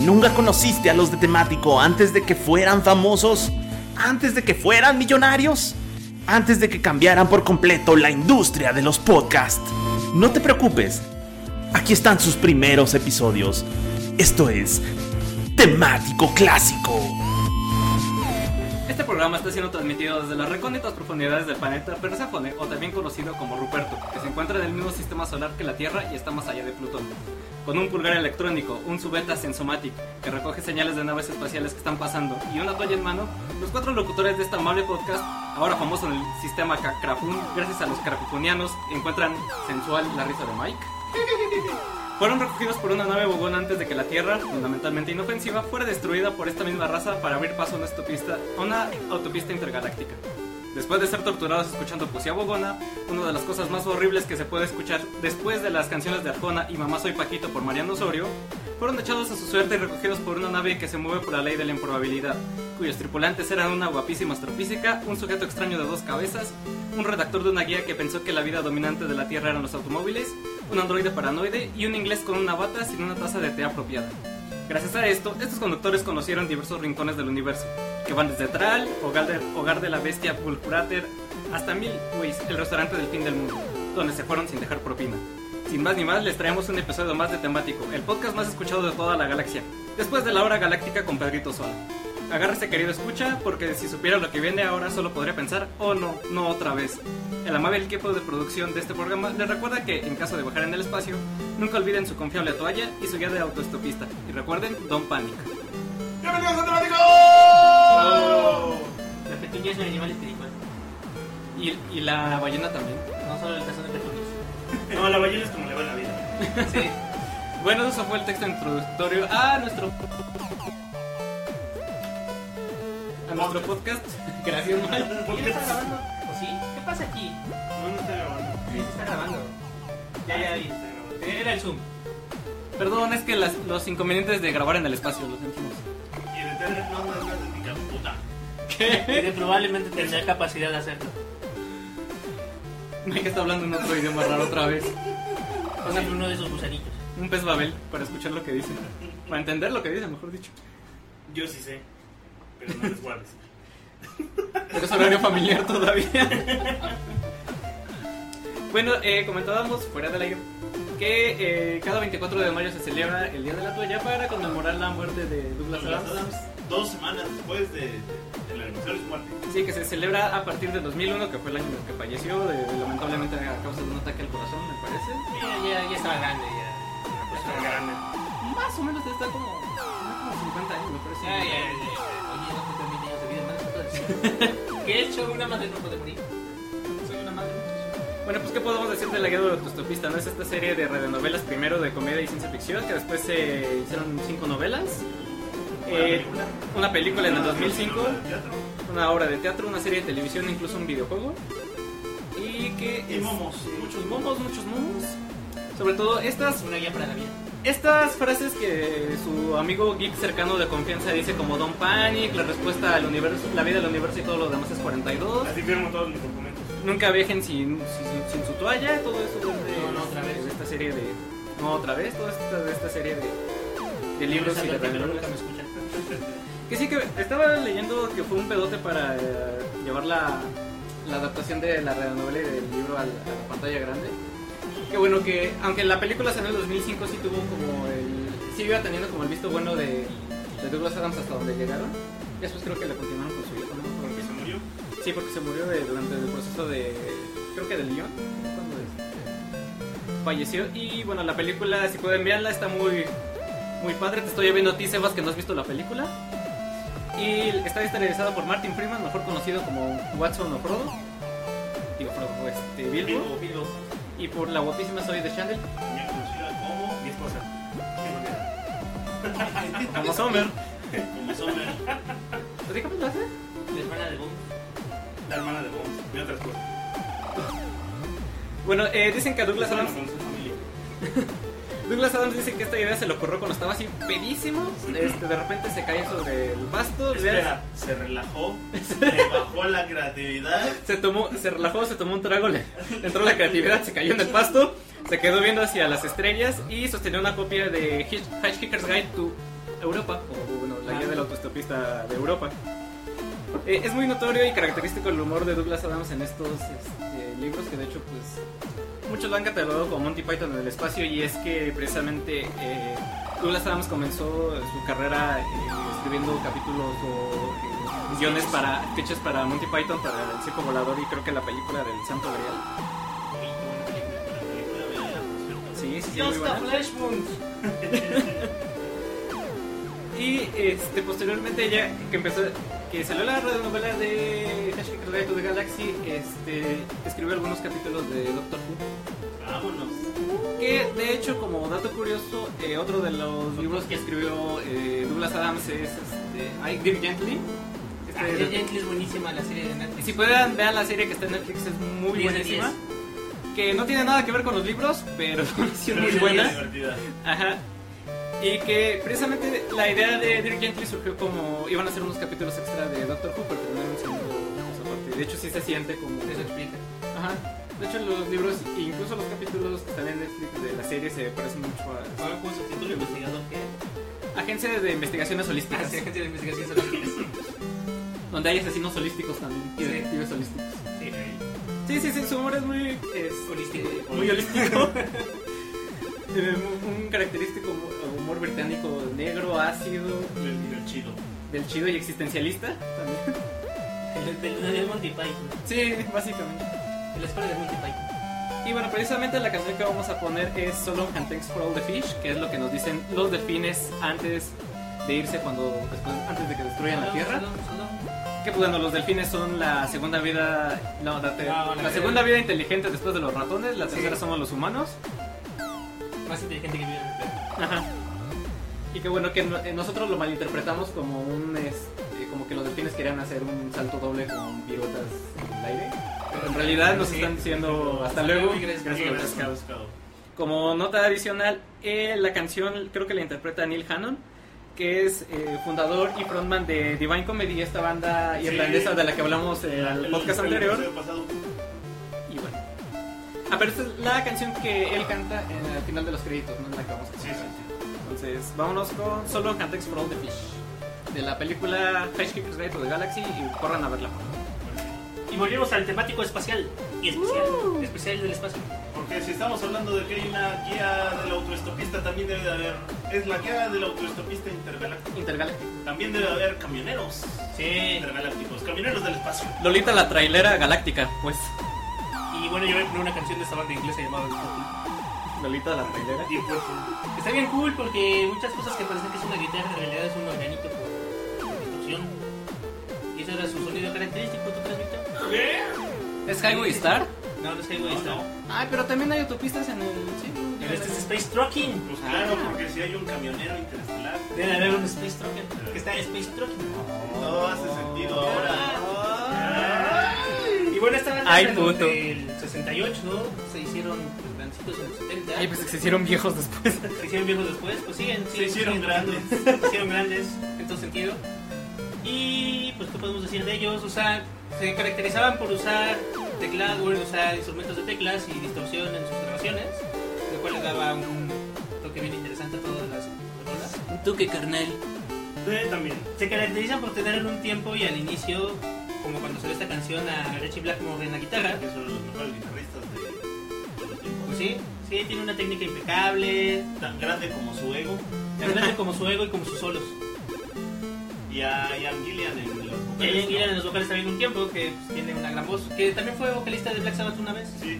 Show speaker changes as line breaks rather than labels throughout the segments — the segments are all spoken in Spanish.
¿Nunca conociste a los de temático antes de que fueran famosos? ¿Antes de que fueran millonarios? ¿Antes de que cambiaran por completo la industria de los podcasts? No te preocupes, aquí están sus primeros episodios. Esto es temático clásico.
Este programa está siendo transmitido desde las recónditas profundidades del planeta Perséfone, o también conocido como Ruperto, que se encuentra en el mismo sistema solar que la Tierra y está más allá de Plutón. Con un pulgar electrónico, un subeta sensomatic, que recoge señales de naves espaciales que están pasando, y una toalla en mano, los cuatro locutores de este amable podcast, ahora famoso en el sistema Cacrafun, gracias a los crapunianos, encuentran sensual la risa de Mike. Fueron recogidos por una nave bogón antes de que la Tierra, fundamentalmente inofensiva, fuera destruida por esta misma raza para abrir paso a una autopista, a una autopista intergaláctica. Después de ser torturados escuchando poesía bogona, una de las cosas más horribles que se puede escuchar después de las canciones de Arjona y Mamá Soy Paquito por Mariano Osorio, fueron echados a su suerte y recogidos por una nave que se mueve por la ley de la improbabilidad, cuyos tripulantes eran una guapísima astrofísica, un sujeto extraño de dos cabezas, un redactor de una guía que pensó que la vida dominante de la Tierra eran los automóviles, un androide paranoide y un inglés con una bata sin una taza de té apropiada. Gracias a esto, estos conductores conocieron diversos rincones del universo, que van desde Tral, hogar de, hogar de la bestia Vulcurater, hasta Milways, el restaurante del fin del mundo, donde se fueron sin dejar propina. Sin más ni más, les traemos un episodio más de temático, el podcast más escuchado de toda la galaxia, después de la hora galáctica con Pedrito Sol. Agárrese querido escucha, porque si supiera lo que viene ahora solo podría pensar, oh no, no otra vez. El amable equipo de producción de este programa les recuerda que, en caso de bajar en el espacio, nunca olviden su confiable toalla y su guía de autoestopista. Y recuerden, don't panic.
¡Bienvenidos a Temático! ¡Oh!
La petunia es un animal espiritual,
Y, y la ballena también.
no solo el caso de petunias.
No, la ballena es como le va la vida.
Sí.
Bueno, eso fue el texto introductorio a nuestro... A nuestro podcast. Gracias, Mike.
¿Por qué no está grabando? ¿O Pues sí? ¿Qué pasa aquí?
No, no está grabando.
Sí, se está grabando. Ya, ya, vi.
Está grabando.
Era el Zoom.
Perdón, es que las- los inconvenientes de grabar en el espacio, los sentimos.
Y el Eternal no más grande ni puta.
Que probablemente tendría capacidad de hacerlo.
Mike está hablando en otro idioma raro otra vez.
Póngale uno de esos gusanitos.
Un pez babel para escuchar lo que dice. Para entender lo que dice, mejor dicho.
Yo sí sé, pero no les guardes.
Pero es horario familiar todavía. bueno, eh, comentábamos fuera del aire que eh, cada 24 de mayo se celebra el Día de la Toalla para conmemorar la muerte de Douglas
Las
Adams.
Adams, dos semanas después de, de- de la aniversario de su muerte.
Sí, que se celebra a partir de 2001, que fue el año en el que falleció, de- lamentablemente a causa de un ataque al corazón, me parece.
Ya, ya, ya estaba grande, ya.
Una persona grande.
Más o menos está como, como 50 años, me parece.
Ya, ya, ya. Oye, no te también años de vida, hermano, todas. Que de hecho una madre no puede morir. Soy una madre.
Bueno, pues qué podemos decir de la guía del autostopista, ¿no? Es esta serie de radionovelas, primero de comedia y ciencia ficción, que después se hicieron cinco novelas. Eh,
película.
una película en el 2005,
Una teatro.
una obra de teatro, una serie de televisión, incluso un videojuego. Y que...
Y
es-
momos,
Muchos
muchos
momos, muchos momos. Sobre todo estas,
Una guía para la vida.
estas frases que su amigo geek cercano de confianza dice como Don Panic, la respuesta al universo, la vida del universo y todo lo demás es 42.
Así firmo todos mis documentos.
Nunca viajen sin, sin, sin su toalla, todo eso es de,
No, no, otra vez.
de esta serie de. No, otra vez, toda esta, de esta serie de, de libros y de
Pero
reuniones.
nunca me escuchan.
Que sí, que estaba leyendo que fue un pedote para eh, llevar la, la adaptación de la radionovela y del libro al- a la pantalla grande. Que bueno, que aunque la película salió en el 2005, sí tuvo como el. Sí iba teniendo como el visto bueno de, de Douglas Adams hasta donde llegaron. Y después creo que la continuaron con su hijo, ¿no? Porque
Porque se murió.
Sí, porque se murió de- durante el proceso de. Creo que de Lyon. Cuando este, falleció. Y bueno, la película, si pueden verla, está muy. Muy padre. Te estoy viendo a ti, Sebas, que no has visto la película. Y está estelarizada por Martin Freeman, mejor conocido como Watson o Frodo. Digo, Frodo, este, Bilbo.
Bilbo. Bilbo.
Y por la guapísima Zoe de Chandel,
También conocida como mi esposa.
como Summer.
Como Summer,
¿Así cómo lo hace?
La hermana de Boom.
la hermana de Bones. Y otras cosas.
Bueno, eh, dicen que a Douglas Adams
Con su familia.
Douglas Adams dice que esta idea se le ocurrió cuando estaba así pedísimo. Este, de repente se cae sobre el pasto.
Espera, se relajó, le bajó la creatividad.
Se tomó, se relajó, se tomó un trago, le le entró la creatividad, se cayó en el pasto, se quedó viendo hacia las estrellas y sostenió una copia de Hitch- Hitchhiker's Guide to Europa, o bueno, la guía del autoestopista de Europa. Eh, es muy notorio y característico el humor de Douglas Adams en estos este, libros que de hecho pues muchos lo han catalogado como Monty Python en el espacio y es que precisamente eh, Douglas Adams comenzó su carrera eh, escribiendo capítulos o eh, guiones para sketches para Monty Python, para el circo volador y creo que la película del Santo Grial. Sí, sí, sí, muy buena.
Flash Moons.
Y este, posteriormente ya que empezó, que salió la radionovela de Hashtag Radio to the Galaxy, este, escribió algunos capítulos de Doctor Who.
Vámonos.
Que de hecho, como dato curioso, eh, otro de los libros que escribió eh, Douglas Adams es este, I Give Gently. Este,
Ah, Jet Gently es buenísima la serie de Netflix.
si pueden, vean la serie que está en Netflix, es muy
10 de
buenísima.
10.
Que no tiene nada que ver con los libros, pero sí es
Pero
muy
sí,
buena.
divertida.
Ajá. Y que precisamente la idea de Dirk Gently surgió como iban a hacer unos capítulos extra de Doctor Who, pero terminaron siendo pues, aparte. De hecho, sí se siente como.
Eso explica.
Ajá. De hecho, los libros, incluso los capítulos que están en Netflix de la serie, se parecen mucho a
Ahora, ¿cómo se titula investigador? ¿Qué?
Agencia de Investigaciones
Ah,
Holísticas,
sí, agencia de investigación solamente.
donde hay asesinos holísticos también y
Sí.
detectives holísticos.
Sí,
Sí, sí, sí, su humor es muy. es-
holístico.
muy holístico. Eh, un un característico humor británico negro, ácido,
Del- del chido.
del chido y existencialista también.
El peludo de Monty Python.
Sí, básicamente.
El escuela de Monty Python.
Y bueno, precisamente la canción que vamos a poner es Solo and Thanks for All the Fish, que es lo que nos dicen los delfines antes de irse cuando después, antes de que destruyan
Ah,
la tierra.
Solo, solo.
Que pues, bueno, los delfines son la segunda vida, no, la, ter-
No, la
la
vida-
segunda vida inteligente después de los ratones, la
Ah, Sí.
tercera somos los humanos.
Más inteligente que vive en el planeta.
Ajá. Y que bueno, que no- eh, nosotros lo malinterpretamos como un, este, como que los delfines querían hacer un salto doble con piruetas en el aire. Pero en realidad nos
Sí.
están diciendo Oh, hasta luego.
luego y gracias por
por
Gracias,
escuchar.
Cabo, Cabo.
Como nota adicional, eh, la canción creo que la interpreta Neil Hannon, que es eh, fundador y frontman de Divine Comedy, esta banda
Sí.
irlandesa de la que hablamos en el podcast
el
anterior.
episodio pasado.
Y bueno. Ah, pero esta es la canción que él canta en el final de los créditos, no es la que vamos a
Sí, sí,
escuchar.
sí.
Entonces, vámonos con solo Cantex for All the Fish, de la película Hitchhiker's Guide to the Galaxy y corran a verla.
Y volvemos al temático espacial. Y especial. Especial del espacio.
Porque si estamos hablando de que hay una guía de la autoestopista, también debe de haber. Es la guía de la autoestopista intergaláctica.
Intergaláctica.
También debe de haber camioneros
Sí.
intergalácticos, camioneros del espacio.
Lolita la trailera galáctica, pues.
Y bueno, yo voy a poner una canción de esta banda inglesa llamada Deep Purple.
Lolita la trailera.
Deep Purple. Está bien cool porque muchas cosas que parecen que es una guitarra en realidad es un organito por distorsión. Y ese era su sonido característico, ¿tú crees, Víctor?
¿Es Highway Star?
No, no es Highway
No,
Star.
Ay, pero también hay autopistas en el. Sí,
Pero este es Space Trucking.
Pues claro, porque si hay un camionero interestelar,
Debe haber un Space Trucker. Que está Space Trucking.
no hace sentido
Ah.
ahora.
Y bueno, esta banda
Ay,
en
puto.
el 68 se hicieron pues, grandecitos en los 70.
Ay, pues que se hicieron viejos después.
Se hicieron viejos después, pues siguen,
Se
siguen,
hicieron
siguen
grandes.
tocando, Se hicieron grandes, en todo sentido. Y pues, ¿qué podemos decir de ellos? O sea, se caracterizaban por usar teclado, bueno, usar instrumentos de teclas y distorsión en sus grabaciones, lo cual le daba un toque bien interesante a todas las rolas. Un toque carnal.
Sí, también.
Se caracterizan por tener en un tiempo y al inicio, como cuando salió esta canción a Richie Blackmore en la guitarra,
Que son los mejores guitarristas de todos los tiempos.
pues sí, sí, tiene una técnica impecable,
Tan grande como su ego.
tan grande como su ego y como sus solos.
Y a Ian Gillian en los
Y Ian
vocales.
Gillan en los vocales también un tiempo, que pues, tiene una gran voz, que también fue vocalista de Black Sabbath una vez.
Sí,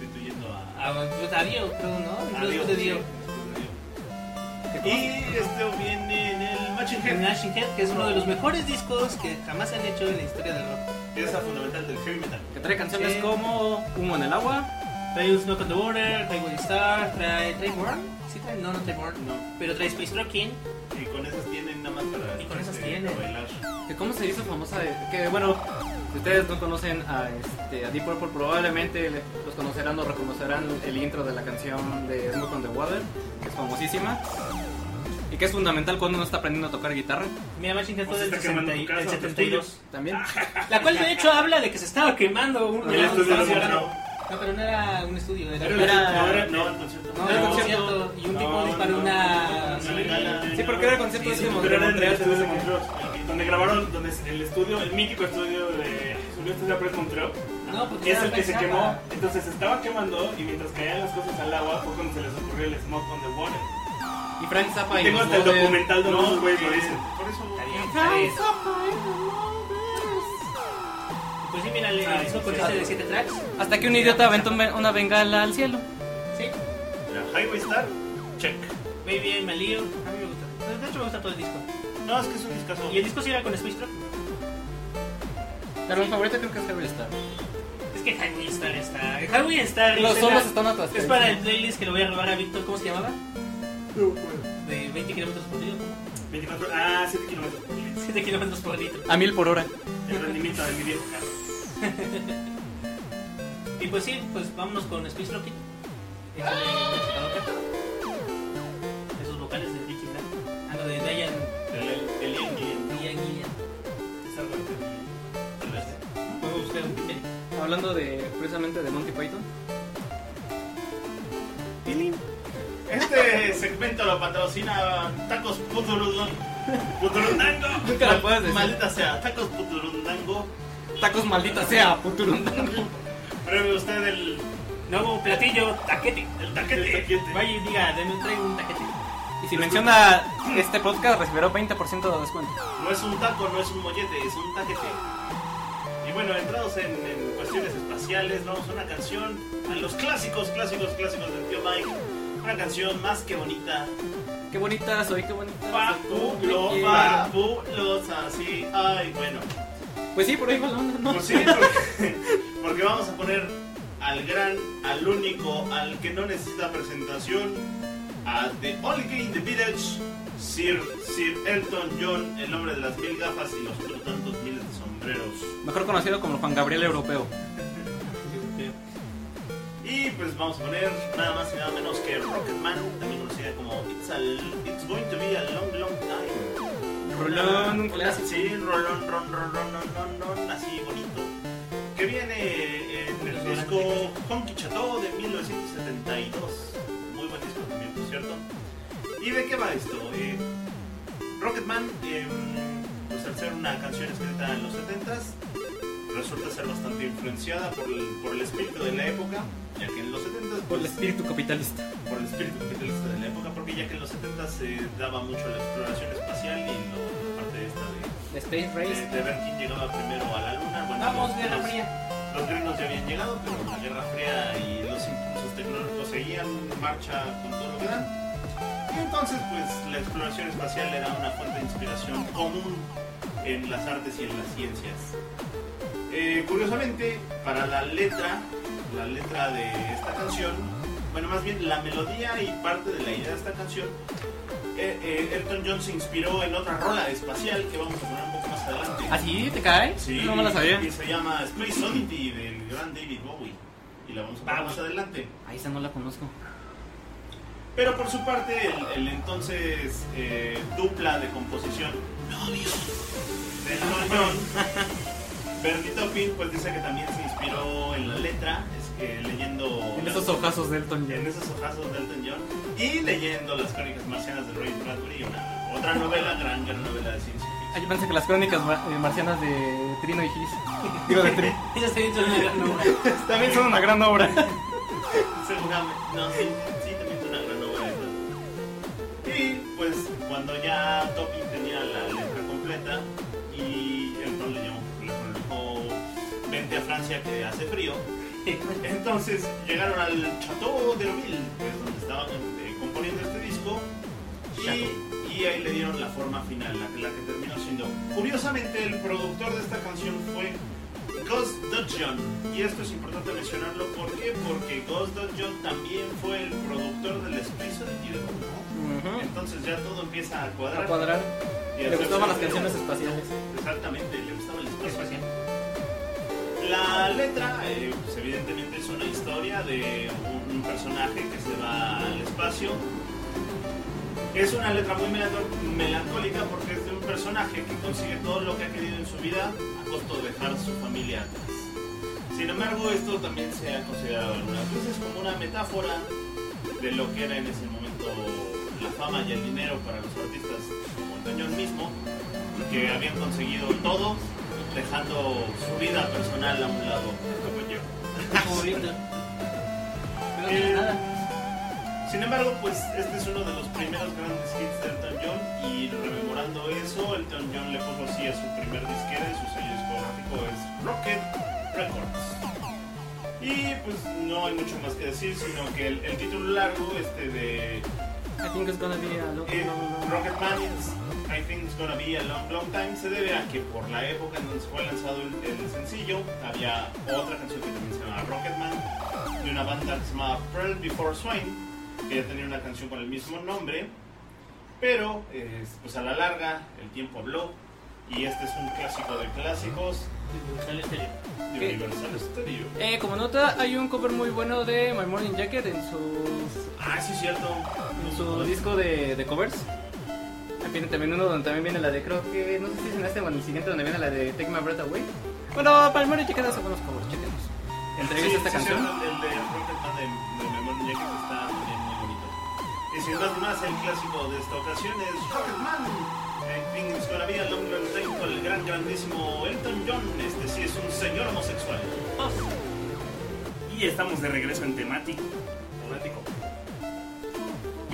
sustituyendo a.
A, a Dio, creo, ¿no? Después
Dios,
de
sí,
Dio.
después de Dio. Y esto viene en el Machine
En
Head,
Nashing Head, que es uno de los mejores discos que jamás se han hecho en la historia del rock.
pieza fundamental del heavy metal.
Que trae canciones
Sí.
como Humo en el agua.
Trae un Smoke on the Water, trae Will Star, trae... ¿Trae Born? Sí, trae... No, no trae Born.
No,
Pero trae Space Rocking.
y con esas tienen nada más para.
Y con esas
este,
tienen.
para bailar.
Que cómo se hizo famosa. de- Que bueno, si ustedes no conocen a, este, a Deep Purple, probablemente le- los conocerán o reconocerán el intro de la canción de Smoke on the Water, que es famosísima. Y que es fundamental cuando uno está aprendiendo a tocar guitarra. pues,
Mira, Nashing Head fue
Pues
del
está quemando
60
tu
y-
casa,
del
tu
72.
También.
La cual, de hecho, habla de que se estaba quemando un...
El estudio
estaba
de la
cerrando.
mano.
No, pero no era un estudio, era...
Era-
Ahora- no, el concierto.
Ah, No,
Era
era
un
un concierto y un tipo
No,
disparó
no, no, no,
una...
no, no, no, no, no,
Sí, porque era el concierto ese de
Pero era en el
Montreal,
estudio de
sí.
Montreal, el- donde grabaron, donde es el estudio, el mítico estudio de Silvestre Zapres Montreal,
Pues
No, porque
es
ya
el que se
pensaba.
quemó. Entonces se estaba quemando y mientras caían las cosas al agua fue cuando se les ocurrió el smoke on the water.
Y Frank Zappa y
Tengo hasta el
Modern-
documental donde los güeyes lo dicen.
Por eso.
Está bien, está bien. Pues sí, mira, el
Ah,
disco
sí,
consiste
sí.
de 7 tracks.
Hasta que un idiota aventó un ve- una bengala al cielo.
Sí,
Mira, Highway Star, check.
Baby I'm a Leo. A mí me gusta. De hecho, me gusta todo el disco.
No, es que es un discazo.
Y el disco sí era con Switch Truck.
Pero mi favorito creo que es Harry Star.
Es que Highway Star está. Highway Star
Los
es
solos
la-
están atrás.
Es para el playlist que lo voy a robar a Víctor. ¿Cómo se llamaba? De 20 kilómetros por litro.
24, ah, 7 kilómetros.
7 kilómetros por litro.
A mil por hora.
El rendimiento de mi vida.
Y pues sí, pues vámonos con Space Rocket. Échale la chica loca. Esos vocales de Ricky Black. Ah, no, de Diane
El el Yankee.
Diane Gillian.
Es algo que-
Puedo buscar un papel.
Hablando de, precisamente de Monty Python.
Este segmento lo patrocina Tacos Puturundon- Puturundango.
Nunca lo puedes decir.
Maldita sea, Tacos Puturundango.
Tacos maldita sea, puturunda.
Pruebe usted el,
Nuevo platillo, taquete.
el taquete.
Vaya y diga, deme un traigo un taquete.
Y si menciona este podcast, recibirá 20% de descuento.
No es un taco, no es un mollete, es un taquete. Y bueno, entrados en, en cuestiones espaciales, vamos a una canción, a los clásicos, clásicos, clásicos del tío Mike. Una canción más que bonita,
Qué bonita soy, qué bonita. soy.
fabulosa, fabulosa, sí. Ay, bueno.
Pues sí, por ahí va la onda, ¿no?
Pues sí, porque, porque vamos a poner al gran, al único, al que no necesita presentación, a The Only King in the Village, Sir, Sir Elton John, el hombre de las mil gafas y los otros tantos miles de sombreros.
Mejor conocido como Juan Gabriel Europeo.
Y pues vamos a poner nada más y nada menos que Rocketman, también conocida como It's, a, It's Going to Be a Long, Long Time.
Rolón, un
Una-
clásico.
Sí, rolón, ron, ron, ron, ron, ron, ron, así bonito. Que viene en el disco Honky Chateau de 1972. Muy buen disco también, por cierto. ¿Y de qué va esto? Eh, Rocketman, eh, pues al ser una canción escrita en los 70s, resulta ser bastante influenciada por el, por el espíritu de la época, ya que en los 70s,
Por el
pues,
espíritu capitalista.
por el espíritu capitalista de la época, porque ya que en los 70s se daba mucho la exploración espacial y lo- la parte esta de,
Space
de- de ver quién llegaba primero a la luna. Bueno,
Vamos,
los-
Guerra
los-
Fría.
los gringos ya habían llegado, pero la Guerra Fría y los impulsos tecnológicos seguían en marcha con todo lo que dan. Y entonces, pues, la exploración espacial era una fuente de inspiración común en las artes y en las ciencias. Eh, curiosamente, para la letra, la letra de esta canción, bueno, más bien la melodía y parte de la idea de esta canción, eh, eh, Elton John se inspiró en otra rola espacial que vamos a poner un poco más adelante.
¿Ah, sí? ¿Te caes?
Sí,
No me la sabía.
Y se llama Space Oddity del gran David Bowie. Y la vamos a poner más adelante.
Ahí esa no la conozco.
Pero por su parte, el, el entonces eh, dupla de composición novio de Elton John, Bernie Taupin, pues dice que también se inspiró en la letra, es que leyendo.
En esos ojazos de Elton
en
John.
esos ojazos de Elton John y leyendo las crónicas marcianas de Ray Bradbury, una, otra novela, gran, gran novela de ciencia
Ah, yo
ficción.
pensé que las crónicas mar- eh, marcianas de Trino y Gis. Digo, de Trino.
Esa está dentro de una gran obra.
También son una gran obra.
Seguramente. No, sí, sí, también fue una gran obra esa. Y pues cuando ya Topi tenía la letra completa y Elton le llamó por teléfono y le dijo, vente a Francia que hace frío. Entonces llegaron al Chateau de Ville, que es donde estaban eh, componiendo este disco, y, y ahí le dieron la forma final, la, la que terminó siendo. Curiosamente, el productor de esta canción fue Gus Dudgeon, y esto es importante mencionarlo, ¿por qué? Porque Gus Dudgeon también fue el productor del Space Oddity de Bowie. Entonces ya todo empieza a cuadrar.
A cuadrar.
Y
Le
hacerse
gustaban las
sentido.
canciones espaciales.
Exactamente, le gustaba el espacio. La letra, eh, pues, evidentemente, es una historia de un, un personaje que se va al espacio. Es una letra muy melanco- melancólica porque es de un personaje que consigue todo lo que ha querido en su vida a costo de dejar su familia atrás. Sin embargo, esto también se ha considerado algunas veces como una metáfora de lo que era en ese momento la fama y el dinero para los artistas como Toñón mismo, porque habían conseguido todo dejando su vida personal a un lado, como yo.
Como ahorita. Pero
Eh,
no, nada.
Sin embargo, pues este es uno de los primeros grandes hits de Elton John y rememorando eso, Elton John le puso así a su primer disquera y su sello discográfico es Rocket Records. Y pues no hay mucho más que decir, sino que el, el título largo este de
I think it's gonna be a long,
eh,
long, long-
Rocket Man is- I think it's gonna be a long, long time se debe a que por la época en donde fue lanzado el, el sencillo había otra canción que también se llamaba Rocket Man de una banda que se llamaba Pearl Before Swine que ya tenía una canción con el mismo nombre pero eh, pues a la larga el tiempo habló y este es un clásico de clásicos
Universal Stereo.
de
¿Qué?
Universal Stereo
Eh, como nota, hay un cover muy bueno de My Morning Jacket en su,
ah sí es cierto
en su disco de, de covers. Ahí Viene también uno donde también viene la de, creo que, no sé si es en este o en el siguiente, donde viene la de Take My Breath Away. Bueno, My Morning Jacket hace buenos covers, chequenlos. Entre ellos
Sí,
esta
sí,
canción.
cierto, el de Rocket Man de, de Memoria Jacket está también muy bonito. Y sin más ni más, el clásico de esta ocasión es eh, Rocket Man. En fin, es todavía el hombre del técnico, el gran, grandísimo Elton John. Este sí es un señor homosexual.
Y estamos de regreso en temático.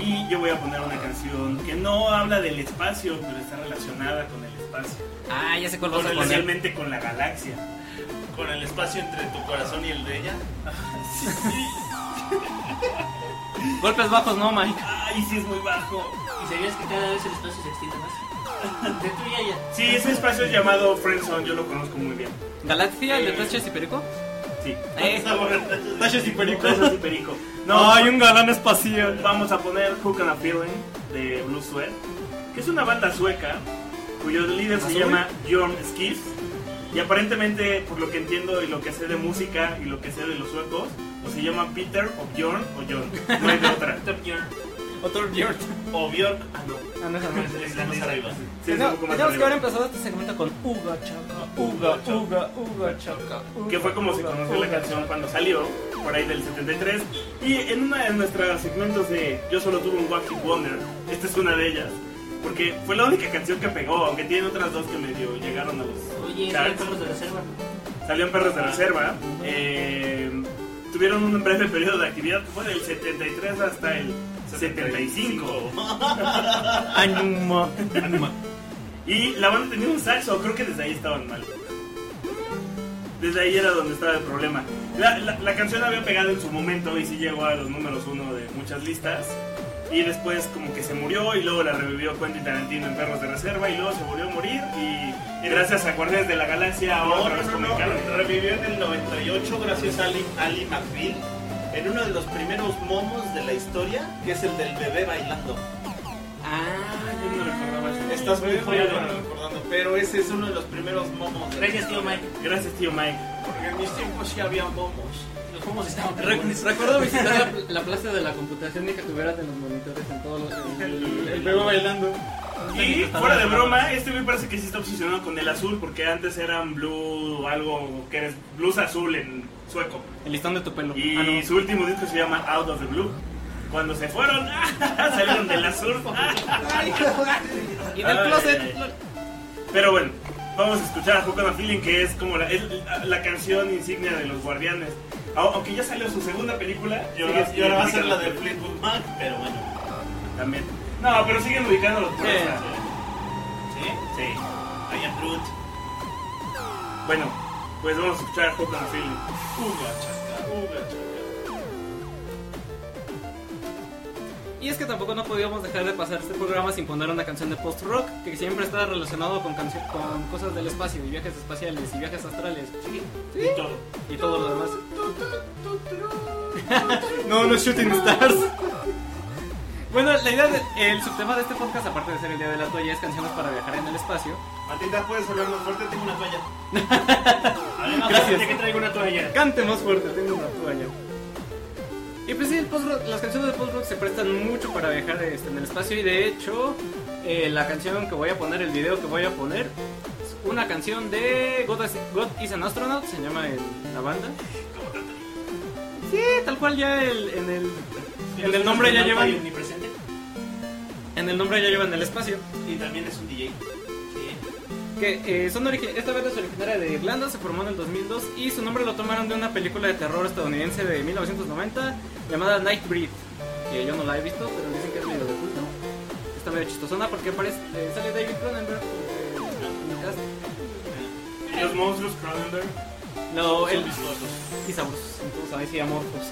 Y yo voy a poner una canción que no habla del espacio, pero está relacionada con el espacio.
Ah, ya sé cuál vas a poner.
Especialmente con la galaxia.
Con el espacio entre tu corazón y el de ella.
Golpes bajos, no, Mike.
Ay, sí es muy bajo.
¿Y sabías que cada vez el espacio se extiende más? De tu y ella.
Sí, ese espacio es llamado Friendzone, yo lo conozco muy bien.
Galaxia, el de Tasha y Perico.
Sí.
Eh,
Está borracho.
Tachas y Perico. Tachas y Perico. No, hay un galán espacial. Vamos a poner Hook and a Feeling de Blue Sweat, que es una banda sueca cuyo líder se
¿Azul?
llama Bjorn Skis. Y aparentemente, por lo que entiendo y lo que sé de música y lo que sé de los suecos, o se llama Peter o Bjorn o John. No hay de otra.
Top Gear.
otro Björk.
O Bjork. Ah, no.
Ah, no, esa no.
Es la más arriba.
Sí, es un
No,
poco
Tenemos
más
que
arriba.
haber empezado este segmento con Uga Chaca, Uga, Uga, Uga Chaca. uga,
que fue como se
uga,
conoció la
uga,
canción
chaca.
cuando salió, por ahí del 73. Y en una de nuestros segmentos de Yo solo tuve un Wacky Wonder, esta es una de ellas, porque fue la única canción que pegó, aunque tiene otras dos que medio llegaron a los
Oye,
charts.
son perros de reserva.
Salió en Perros de Reserva. eh, tuvieron un breve periodo de actividad que fue del 73 hasta el 75.
Anuma.
Y la banda tenía un saxo, creo que desde ahí estaban mal. Desde ahí era donde estaba el problema. La, la- la canción había pegado en su momento y sí llegó a los números uno de muchas listas. Y después como que se murió y luego la revivió Quentin Tarantino en Perros de Reserva y luego se volvió a morir y gracias a Guardianes de la Galaxia ahora
No,
otra
Ah, no,
vez
no,
con el
no,
canon.
Revivió en el 98 gracias a Ali, Ali McBeal en uno de los primeros momos de la historia, que es el del bebé bailando.
Ah,
Yo no recordaba eso.
Estás muy
Bebé
joven
bailando.
recordando, pero ese es uno de los primeros momos. de la
Gracias, tío
historia.
Mike.
Gracias tío Mike.
Porque en mis tiempos ya había momos.
Los humos estaban
Re-
buenos.
Recuerdo visitar la, la plaza de la computación y que tuvieras en los monitores en todos los. El, el bebé bailando.
Y fuera de broma, este me parece que sí está obsesionado con el azul porque antes eran blue algo que es blues azul en sueco.
El listón de tu pelo.
Y
Ah, no.
su último disco se llama Out of the Blue. Cuando se fueron, salieron del azul.
Y del
Ay,
closet.
ay, ay. Pero bueno, vamos a escuchar a Hook on a Feeling, que es como la, es la- la canción insignia de los guardianes. Au- Aunque ya salió su segunda película,
Y ahora,
siguen-
y ahora va a ser
siguen
la de
ubicando-
Fleetwood Mac, pero bueno.
También. No, pero siguen ubicándolos por
Sí.
esa.
¿Sí?
Sí.
I am Groot.
Bueno, pues vamos a escuchar Hook on a Feeling.
Uga, chaca, uga, chaca.
Y es que tampoco no podíamos dejar de pasar este programa sin poner una canción de post-rock que siempre está relacionado con, cancio- con cosas del espacio y viajes espaciales y viajes astrales
Y todo.
y todo lo demás. no, no es Shooting Stars. Bueno, la idea del subtema de este podcast, aparte de ser el día de la toalla, es canciones para viajar en el espacio.
Matita, ¿puedes hablar más fuerte? Tengo una toalla.
Además,
Gracias.
Ah, ya que traigo una toalla.
Cante más fuerte, tengo una toalla. Y pues sí, el post-rock- las canciones de post-rock se prestan mucho para viajar este, en el espacio y de hecho eh, la canción que voy a poner, el video que voy a poner, es una canción de God is, God is an Astronaut, se llama el- la banda. Sí, tal cual ya el- en el... En el nombre ya
lleva
llevan-
Omnipresente.
en el nombre ya llevan el espacio.
Y también es un DJ.
Que eh, son origi- esta banda es originaria de Irlanda, se formó en el 2002 y su nombre lo tomaron de una película de terror estadounidense de 1990 llamada Nightbreed. Que yo no la he visto, pero dicen que es medio de culto. Está medio chistosona porque aparece, eh, sale David Cronenberg. eh, en el cast.
Los monstruos Cronenberg.
No, el y sabrosos, entonces ahí sí amorfos.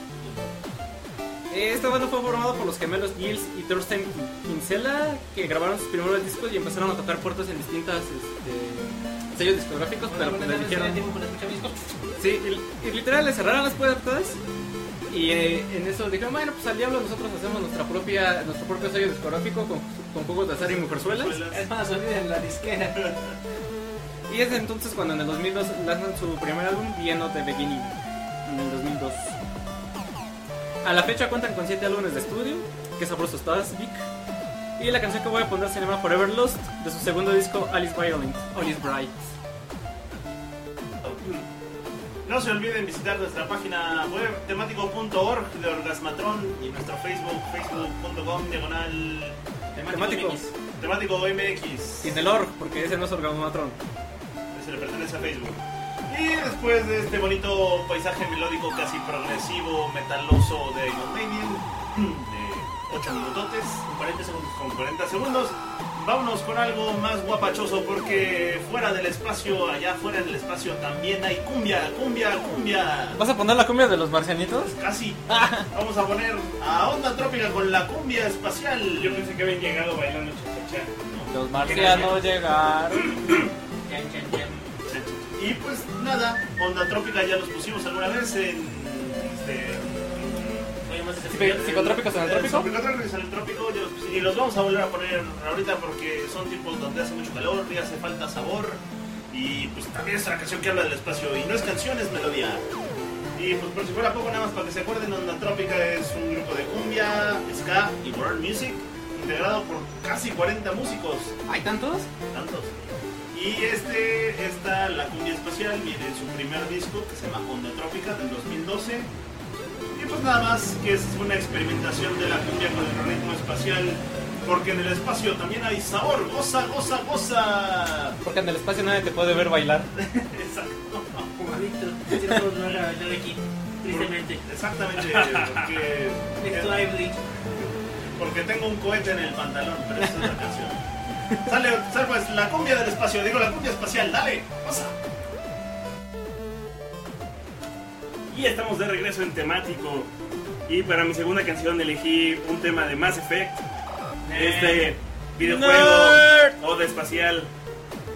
Eh, Esta banda fue formada por los gemelos Gilles y Thorsten Kinsella, que grabaron sus primeros discos y empezaron a tocar puertas en distintas este, sellos discográficos, pero pues, les dijeron... Sí, y, y literal le cerraron las puertas y eh, en eso dijeron, bueno, pues al diablo nosotros hacemos nuestra propia, nuestro propio sello discográfico con, con juegos de azar y mujerzuelas.
Es más, olviden la disquera.
Y es entonces cuando en el 2002 lanzan su primer álbum, The End of the Beginning, en el 2002. A la fecha cuentan con 7 álbumes de estudio, que sabroso estás, Vic. Y la canción que voy a poner se llama Forever Lost, de su segundo disco, Alice Violent, Alice Bright.
No se olviden visitar nuestra página web temático.org de Orgasmatron y nuestro Facebook, facebook.com diagonal
Temático.
temático MX.
Sin el org, porque ese no es Orgamatron.
Se le pertenece a Facebook. Y después de este bonito paisaje melódico casi progresivo, metaloso de Goldanian, de 8 minutotes, con 40 segundos, con 40 segundos, vámonos con algo más guapachoso porque fuera del espacio, allá fuera del espacio también hay cumbia, cumbia, cumbia.
¿Vas a poner la cumbia de los marcianitos?
Casi. Vamos a poner a Onda Trópica con la cumbia espacial.
Yo pensé que habían llegado bailando chachachá.
Los marcianos llegaron.
Y pues nada, Onda Trópica ya los pusimos alguna vez en. Este,
Psico- ¿Psicotrópicos en el trópico?
Psicotrópicos en el trópico, ya los pusimos. Y los vamos a volver a poner ahorita porque son tiempos donde hace mucho calor y hace falta sabor. Y pues también es una canción que habla del espacio y no es canción, es melodía. Y pues por si fuera poco, nada más para que se acuerden, Onda Trópica es un grupo de cumbia, ska y world music integrado por casi 40 músicos
¿Hay tantos?
tantos. Y este, esta, la cumbia espacial, viene en su primer disco que se llama Onda Trópica del 2012. Y pues nada más que es una experimentación de la cumbia con el ritmo espacial, porque en el espacio también hay sabor, goza, goza, goza.
Porque en el espacio nadie te puede ver bailar.
Exacto.
Quisiera volver a bailar aquí, tristemente.
Exactamente, porque, eh,
Estoy Blink.
porque tengo un cohete en el pantalón, pero esa es la canción. Sale, sale pues la cumbia del espacio, digo la cumbia espacial, dale, goza.
Y estamos de regreso en temático. Y para mi segunda canción elegí un tema de Mass Effect. Este videojuego
Nerd.
o de espacial.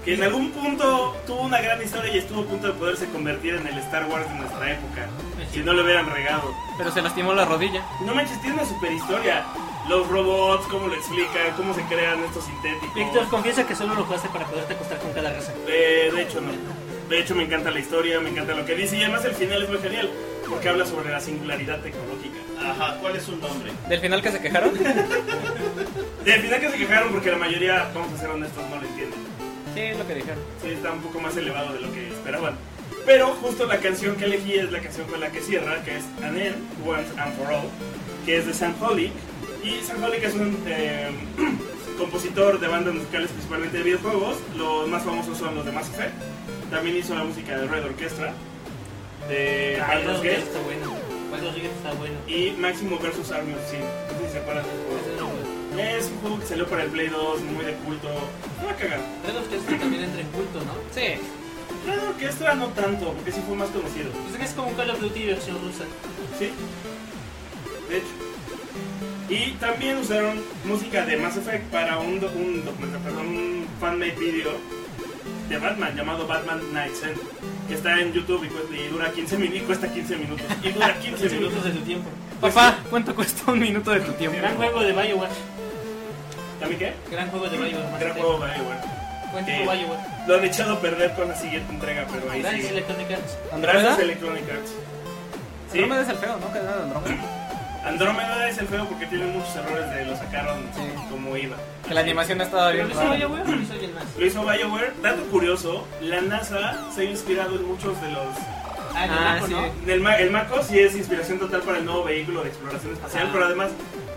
Que en algún punto tuvo una gran historia y estuvo a punto de poderse convertir en el Star Wars de nuestra época. Si no lo hubieran regado.
Pero se lastimó la rodilla.
No manches, tiene una super historia. Los robots, cómo lo explican, cómo se crean estos sintéticos.
Víctor, confiesa que solo lo jugaste para poderte acostar con cada raza.
Eh, de hecho, no. De hecho, me encanta la historia, me encanta lo que dice. Y además, el final es muy genial porque habla sobre la singularidad tecnológica.
Ajá, ¿cuál es su nombre?
¿Del final que se quejaron?
Del final que se quejaron porque la mayoría, vamos a ser honestos, no lo entienden.
Sí, es lo que dijeron.
Sí, está un poco más elevado de lo que esperaban. Pero justo la canción que elegí es la canción con la que cierra, que es An End, Once and For All, que es de Sam Holic. Y Sam Holic es un eh, compositor de bandas musicales principalmente de videojuegos. Los más famosos son los de Mass Effect. También hizo la música de Red Orchestra, de
Ah,
Baldur's
Baldur's Gate
Gate
está bueno. Baldur's Gate está bueno.
y Maximum vs. Army of Sin. No sé si se acuerdan de ese
pues,
juego. Es un juego que salió para el Play 2, muy de culto. No va a cagar.
Red of Test también entra en culto, ¿no?
Sí.
Red Orchestra no tanto, porque sí fue más conocido.
Pues es como un Call of Duty versión rusa.
Sí. De hecho. Y también usaron música de Mass Effect para un, do- un documental, perdón, un fanmade video de Batman llamado Batman Night End, que está en YouTube y, cuesta- y dura 15 minutos, y cuesta 15 minutos, y dura 15
15
minutos.
minutos de tu tiempo.
Papá, ¿cuánto cuesta un minuto de tu tiempo?
Gran juego de Bioware.
¿También qué?
Gran juego de Bioware.
Gran juego de Bioware.
Buen
Sí.
tipo Bioware.
Lo han echado a perder con la siguiente entrega, pero ahí
Gracias
sigue.
Electronic Arts.
Gracias
¿Andrómeda?
Electronic Arts. Sí,
Andrómeda es el feo, ¿no? Que era de Andrómeda.
Andrómeda es el feo porque tiene muchos errores de lo sacaron
Sí.
como iba.
Que la animación estaba
¿Pero
bien
lo hizo
rara.
Bioware o lo hizo alguien más?
Lo hizo BioWare. Dato curioso, la NASA se ha inspirado en muchos de los
Ah, en el
Ah,
Maco,
sí.
¿no?
El, ma- el Maco sí es inspiración total para el nuevo vehículo de exploración espacial,
Ah.
pero además,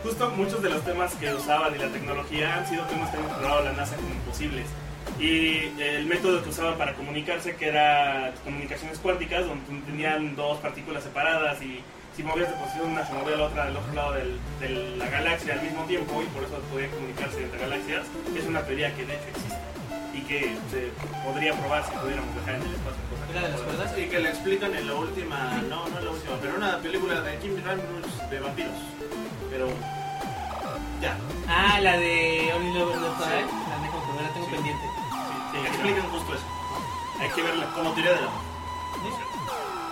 justo muchos de los temas que usaban y la tecnología han sido temas que ha explorado la NASA como posibles. Y el método que usaban para comunicarse, que era comunicaciones cuánticas, donde tenían dos partículas separadas y si movías de posición una se movía la otra del otro lado del- de la galaxia al mismo tiempo y por eso podían comunicarse entre galaxias, es una teoría que de hecho existe y que se podría probar si pudiéramos viajar en el espacio. cosa que
¿Era de
no
las
podemos.
cuerdas?
Y que lo explican en la última, no, no en la última, pero una película de Jim Jarmusch de vampiros. Pero ya,
Ah, la de Only Lovers Left Alive. La dejo como la tengo pendiente.
sí, explican justo eso. Hay que verla como teoría de la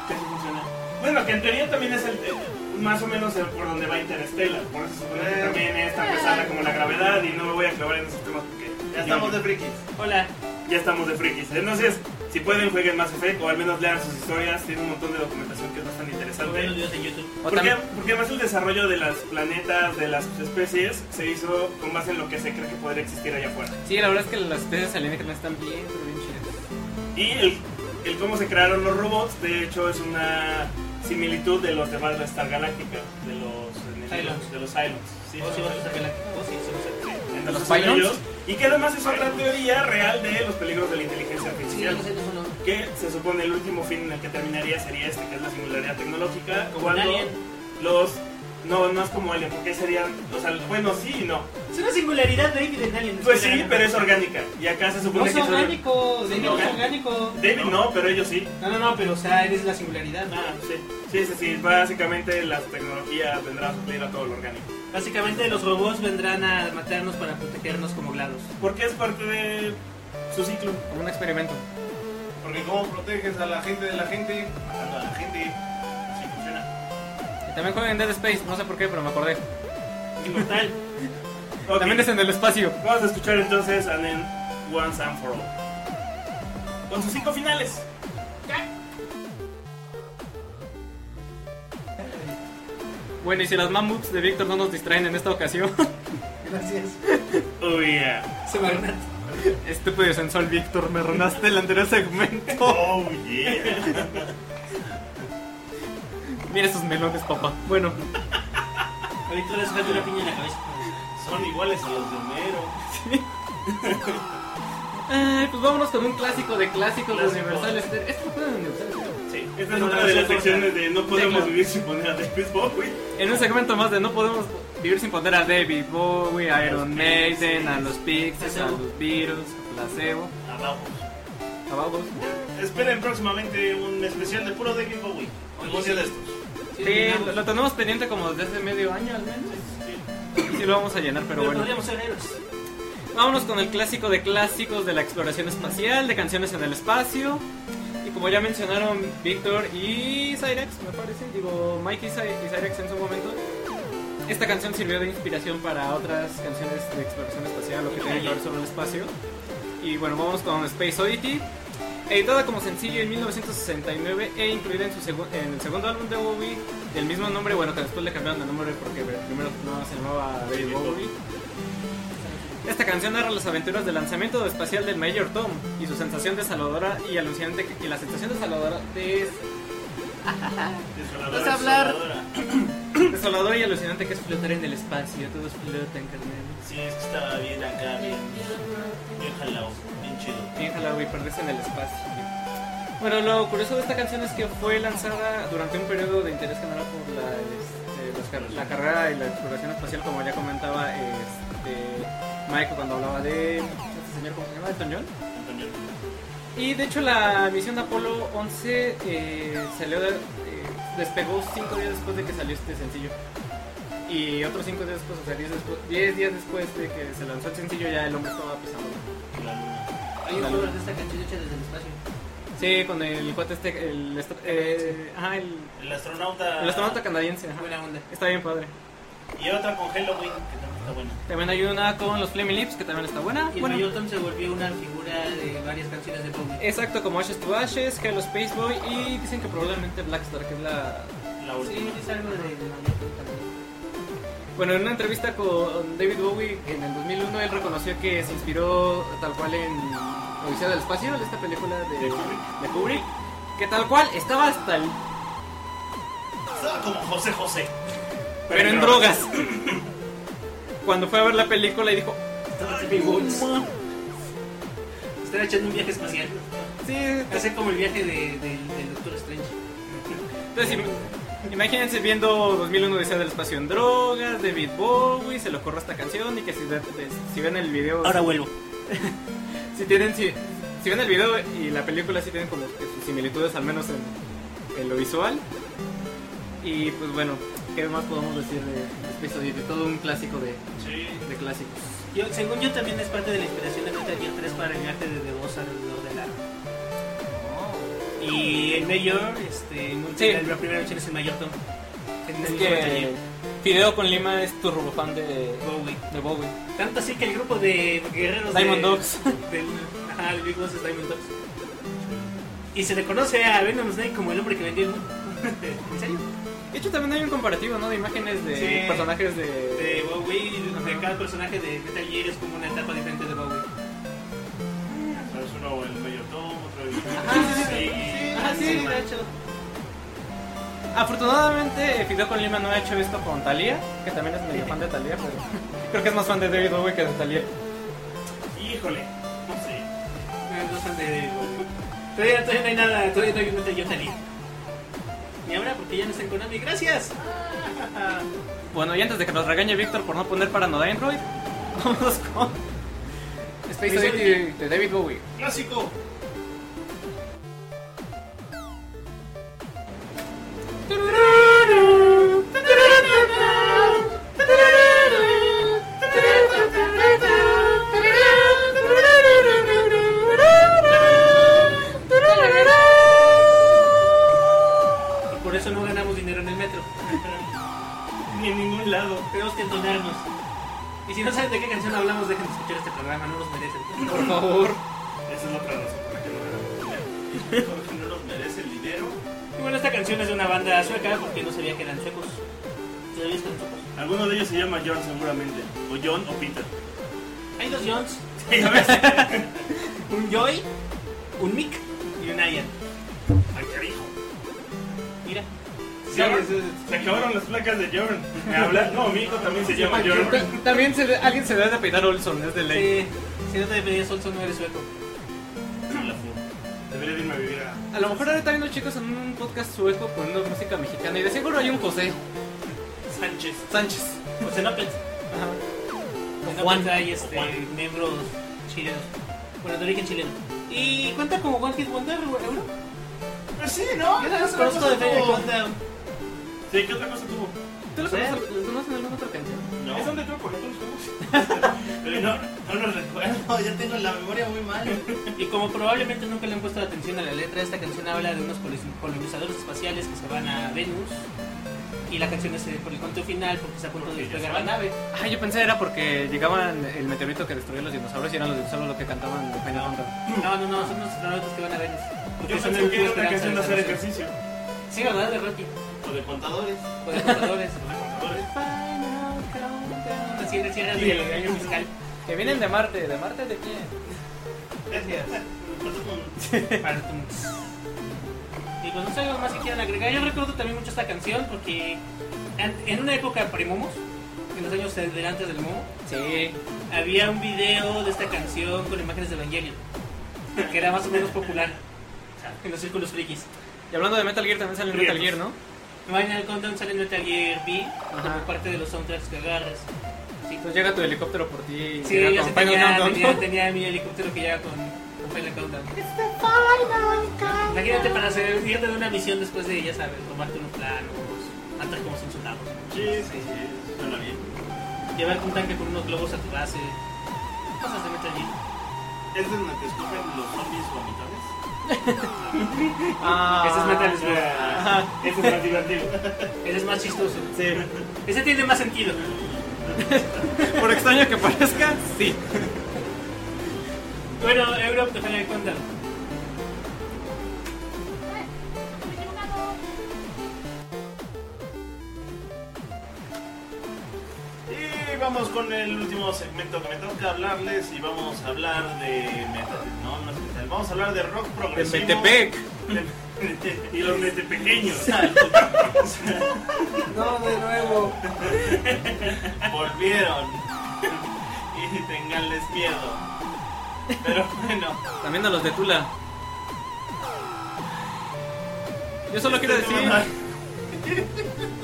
Que sí funciona. Bueno, que en teoría también es el, eh, más o menos el- por donde va Interstellar. Por eso se supone que también es tan pesada como la gravedad y no me voy a clavar en esos temas porque
Ya estamos de frikis.
Hola.
ya estamos de frikis. Entonces, si pueden, jueguen Mass Effect o al menos lean sus historias. Tiene un montón de documentación que es bastante
Voy a ver los
interesante.
videos en YouTube.
O
¿Por qué?
también-
Porque además el desarrollo de las planetas, de las especies, se hizo con base en lo que se cree que podría existir allá afuera.
Sí, la verdad es que las especies alienígenas están bien, pero bien chidas.
Y el, el cómo se crearon los robots, de hecho, es una similitud de los demás de la Star Galáctica, de los
Cylons. Oh,
De los Cylons. Sí,
O si vas a
sí,
sacar la... O si se usa.
Entonces,
¿De los
son
Cylons?
ellos. Y que además es otra teoría real de los peligros de la inteligencia
Sí, no
artificial.
sé, no sé, no.
Que se supone el último fin en el que terminaría sería este, que es la singularidad tecnológica.
Como
cuando
un alien.
los. No, no es como alien, porque serían. O sea, bueno, sí y no.
Es una singularidad baby de Alien.
Pues sí, pero es orgánica. Y acá se
No
supone
es
que. son-
orgánico, David, no es
orgánico.
orgánico.
David no, pero ellos sí.
No, no, no, pero o sea, eres la singularidad. ¿no?
Ah, sí. Sí, sí, sí. Básicamente la tecnología vendrá a suplir a todo lo orgánico.
Básicamente los robots vendrán a matarnos para protegernos como glados.
Porque es parte de su ciclo.
Como un experimento.
Porque cómo proteges a la gente de la gente, matando a la gente, sí funciona.
Y también juegan en Dead Space, no sé por qué, pero me acordé.
Inmortal.
Ok,
También es en el espacio.
Vamos a escuchar entonces a Nen Once and For All. Con sus cinco finales.
Bueno, y si las mamuts de Víctor no nos distraen en esta ocasión,
Gracias.
Oh, yeah.
Se me arruinó.
estúpido y sensual Víctor, me arruinaste el anterior segmento.
Oh yeah.
Mira esos melones, papá. Bueno,
A Víctor le suelta una piña en la cabeza.
Son iguales a los de Homero.
eh, pues vámonos con un clásico de clásicos de
Clásico.
Universal Stereo. Esto lo ponen en Universal Stereo.
Sí. Esta es otra de las secciones de no podemos
claro.
vivir sin poner a David Bowie.
En un segmento más de No Podemos Vivir Sin Poner a David Bowie, a Iron Maiden, a los Pixies, a los Beatles, a Placebo,
Abajo.
a Babos.
Esperen próximamente un especial de puro David Bowie. Un día de estos.
Sí,
Sí,
no.
lo- lo tenemos pendiente como desde hace medio año al menos.
Sí.
Sí, lo vamos a llenar, pero
Pero
bueno.
podríamos ser héroes.
Vámonos con el clásico de clásicos de la exploración espacial, de canciones en el espacio. Y como ya mencionaron Víctor y Cyrex, me parece, digo Mike y Cy- y Cyrex en su momento, esta canción sirvió de inspiración para otras canciones de exploración espacial, lo que tiene que ver sobre el espacio. Y bueno, vamos con Space Oddity, editada como sencillo en 1969 e incluida en, su segu- en el segundo álbum de Bowie del mismo nombre, bueno, que después le cambiaron de nombre porque primero no se llamaba David Bowie. Esta canción narra las aventuras del lanzamiento espacial del Major Tom y su sensación desaladora y alucinante y la sensación desaladora des-
Desoladora,
Vas a hablar.
desoladora.
desoladora y alucinante que es flotar en el espacio, todos flotan, carnal.
Sí, es que estaba bien acá, bien, bien jalado, bien chido.
Bien jalado y perderse en el espacio. Bueno, lo curioso de esta canción es que fue lanzada durante un periodo de interés general por la, este, las car- la carrera y la exploración espacial, como ya comentaba este, Michael cuando hablaba de este señor, ¿cómo se llama? Elton John.
Antonio.
Y de hecho la misión de Apolo 11 eh, salió de- eh, despegó 5 días después de que salió este sencillo. Y otros 5 días después, o sea, 10 despu- 10 días después de que se lanzó el sencillo, ya el hombre estaba pisando.
y la luna.
Hay un
Dale.
cover de esta canción hecha desde el espacio.
Sí, con el cuate este, el, estra- eh, ajá, el,
El astronauta.
el astronauta canadiense. ajá.
Buena onda.
Está bien padre.
Y otra con Halloween, que también está buena.
También hay una con los Flaming Lips, que también está buena.
Y
Bueno,
bueno, Eh, Tom se volvió una figura de varias canciones de Bowie.
exacto, como Ashes to Ashes, Hello Space Boy y dicen que probablemente Blackstar, que es la,
La última.
Sí, es algo de también.
Bueno, en una entrevista con David Bowie en el 2001, él reconoció que se inspiró tal cual en Odisea del Espacio, en esta película de, de Kubrick, Que tal cual estaba hasta el.
Estaba como José José.
Pero en drogas. Cuando fue a ver la película y dijo:
Estaba
"Ay,
así,
Dios,
"Ups".
ma".
Estaba echando un viaje espacial.
Sí,
Hacer como el viaje de- del- del Doctor Strange.
entonces im- imagínense viendo 2001 Odisea del Espacio en drogas, David Bowie, se le ocurrió esta canción y que si, de- de- si ven el video.
Ahora vuelvo.
si tienen si, si ven el video y la película sí tienen como que sus similitudes al menos en, en lo visual y pues bueno qué más podemos decir de este de Space Oddity? todo un clásico de, de clásicos
Yo, según yo también es parte de la inspiración de Metal Gear 3 para el viaje de voz alrededor del arco. Y el mayor, este, en un-
Sí.
la, la primera noche es el mayor Tom. En
es
el Metal
que
Gear.
Fideo con Lima es turbo fan de,
Bowie.
de Bowie
Tanto así que el grupo de guerreros
Diamond
de,
Dogs
Del, ajá, el Big Boss es Diamond Dogs. Y se le conoce a Venom Snake como el hombre que vendió el mundo. ¿En serio?
de hecho también hay un comparativo no de imágenes de
Sí.
personajes de,
De Bowie, de
Ajá.
cada personaje de Metal Gear es como una etapa diferente de Bowie.
Es uno el medio tomo, otro
Ah, sí, de hecho.
afortunadamente Fideo con Lima no ha hecho esto con Thalía que también es medio fan de Thalía pero creo que es más fan de David Bowie que de Thalía
Híjole, no sé.
Ah, No, no son de- Todavía, todavía no hay nada, todavía no hay un Metal Gear Solid. Ni ahora porque ya no están con Konami, gracias.
Bueno, y antes de que nos regañe Víctor por no poner Paranoid Android, vamos con Space
Oddity
Oddity de David Bowie.
Clásico.
Y por eso no ganamos dinero en el metro.
Ni en ningún lado.
Tenemos que entonarnos. Y si no saben de qué canción hablamos, dejen de escuchar este programa, no nos merecen.
Por favor.
Esa es la otra razón por la que no ganamos.
Porque no nos merece el dinero.
Y bueno, esta canción es de una banda sueca porque no sabía que eran suecos. ¿Sabías que eran suecos?
Alguno de ellos se llama John seguramente. O John o Peter.
Hay dos Johns,
¿Ya ves? Ay,
un Joy, un Mick y un Ian.
carajo.
Mira.
Se acabaron- Se acabaron las placas de Jorn. ¿Me hablas? No, mi hijo también se llama Jorn.
También se le- alguien se debe de peinar Olson, es de ley.
Sí, si no te pedías Olson, no eres sueco.
Debería de irme a vivir a.
A lo mejor ahorita hay unos chicos en un podcast sueco poniendo música mexicana y de seguro hay un José
Sánchez.
Sánchez.
O Xenopet.
Ajá.
En
Juan.
Juan hay este,
Juan.
miembros chilenos. Bueno, de origen chileno. ¿Y cuenta como One Hit Wonder, Euro?
Pues sí, ¿no?
Yo nada más conozco de Fairy Countdown.
Sí, ¿qué otra cosa tuvo?
¿Tú lo
Sí.
conoces? ¿Los conoces en alguna otra canción?
No,
Es donde tuvo por ejemplo
pero no, no lo recuerdo. Ya tengo la memoria muy mal.
Y como probablemente nunca le han puesto atención a la letra, esta canción habla de unos coloniz- colonizadores espaciales que se van a Venus. Y la canción es eh, por el conteo final porque está a punto de
Porque ya
despegar
se
la nave.
Ah, yo pensé era porque llegaban el meteorito que destruía los dinosaurios y eran los dinosaurios los que cantaban de Peña Banda.
No, no, no, son los astronautas que van a Venus.
Yo
Porque son
pensé
el
que
Club
era una
Esperanza
canción de
de
hacer
Salvación.
ejercicio.
Sí, ¿verdad? De Rocky.
O de contadores.
O de contadores.
Así
Así era, así era del año fiscal.
Que vienen de Marte, ¿de Marte de quién?
Gracias. Partum. Y pues no sé algo más que quieran agregar. Yo recuerdo también mucho esta canción porque an- en una época primomos, en los años del antes del momo,
Sí.
había un video de esta canción con imágenes de Evangelio, que era más o menos popular en los círculos frikis.
Y hablando de Metal Gear, también sale en Metal Gear, ¿no?
Final Countdown sale en Metal Gear B
Ajá.
como parte de los soundtracks que agarras. Sí,
Entonces llega tu helicóptero por ti y
Sí,
llega
yo sí
con Final
tenía,
Countdown,
tenía,
¿no?
tenía mi helicóptero que llegaba con, con Final Countdown. Imagínate para hacer, irte de una misión después de, ya sabes, tomarte unos planos, antes como sin soldados.
Sí, sí, sí. Suena bien.
Llevar un tanque con unos globos a tu base. Cosas de Metal Gear.
¿Es de donde te escupen los zombies vomitores?
Ah,
Ese es Metal Gear.
Ah, Ese es más divertido.
Ese es más chistoso.
Sí.
Ese tiene más sentido.
Por extraño que parezca, sí.
Bueno, Europe de Final Countdown.
Y vamos con el último segmento que me toca hablarles y vamos a hablar de metal. No, no es metal. Vamos a hablar de rock
De
progresivo.
Metepec.
De-
Y los desde pequeños.
No, de nuevo.
Volvieron. y tenganles miedo. Pero bueno.
También a los de Tula. Yo solo quiero decir.